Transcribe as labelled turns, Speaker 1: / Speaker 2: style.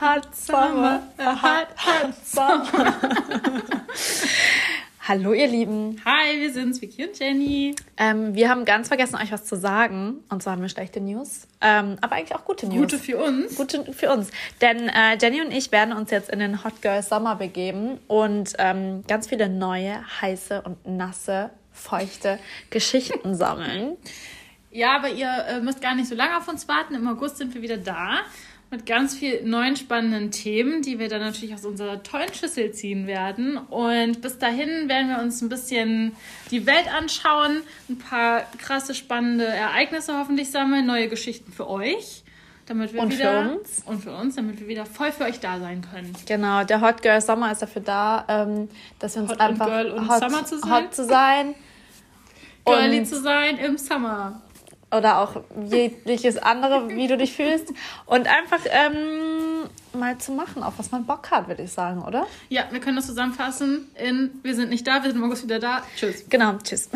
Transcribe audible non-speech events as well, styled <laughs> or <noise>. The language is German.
Speaker 1: hat Sommer, er hat, hat Sommer. Hallo ihr Lieben.
Speaker 2: Hi, wir sind's, Vicky und Jenny.
Speaker 1: Ähm, wir haben ganz vergessen, euch was zu sagen. Und zwar haben wir schlechte News. Ähm, aber eigentlich auch gute News.
Speaker 2: Gute für uns.
Speaker 1: Gute für uns. Denn äh, Jenny und ich werden uns jetzt in den Hot Girl Sommer begeben und ähm, ganz viele neue, heiße und nasse, feuchte
Speaker 2: <laughs>
Speaker 1: Geschichten sammeln.
Speaker 2: Ja, aber ihr äh, müsst gar nicht so lange auf uns warten. Im August sind wir wieder da mit ganz vielen neuen spannenden Themen, die wir dann natürlich aus unserer tollen Schüssel ziehen werden. Und bis dahin werden wir uns ein bisschen die Welt anschauen, ein paar krasse, spannende Ereignisse hoffentlich sammeln, neue Geschichten für euch. Damit wir
Speaker 1: Und für
Speaker 2: wieder,
Speaker 1: uns.
Speaker 2: Und für uns, damit wir wieder voll für euch da sein können.
Speaker 1: Genau, der Hot Girl Sommer ist dafür da, ähm, dass wir uns
Speaker 2: Hot und
Speaker 1: einfach
Speaker 2: Girl und
Speaker 1: hot,
Speaker 2: Summer zu sein.
Speaker 1: hot zu sein.
Speaker 2: Girly
Speaker 1: Und-
Speaker 2: zu sein im Summer.
Speaker 1: oder auch jegliches andere, wie du dich fühlst. Und einfach ähm, mal zu machen, auf was man Bock hat, würde ich sagen, oder?
Speaker 2: Ja, wir können das zusammenfassen in Wir sind nicht da, wir sind im August wieder da. Tschüss.
Speaker 1: Genau, tschüss.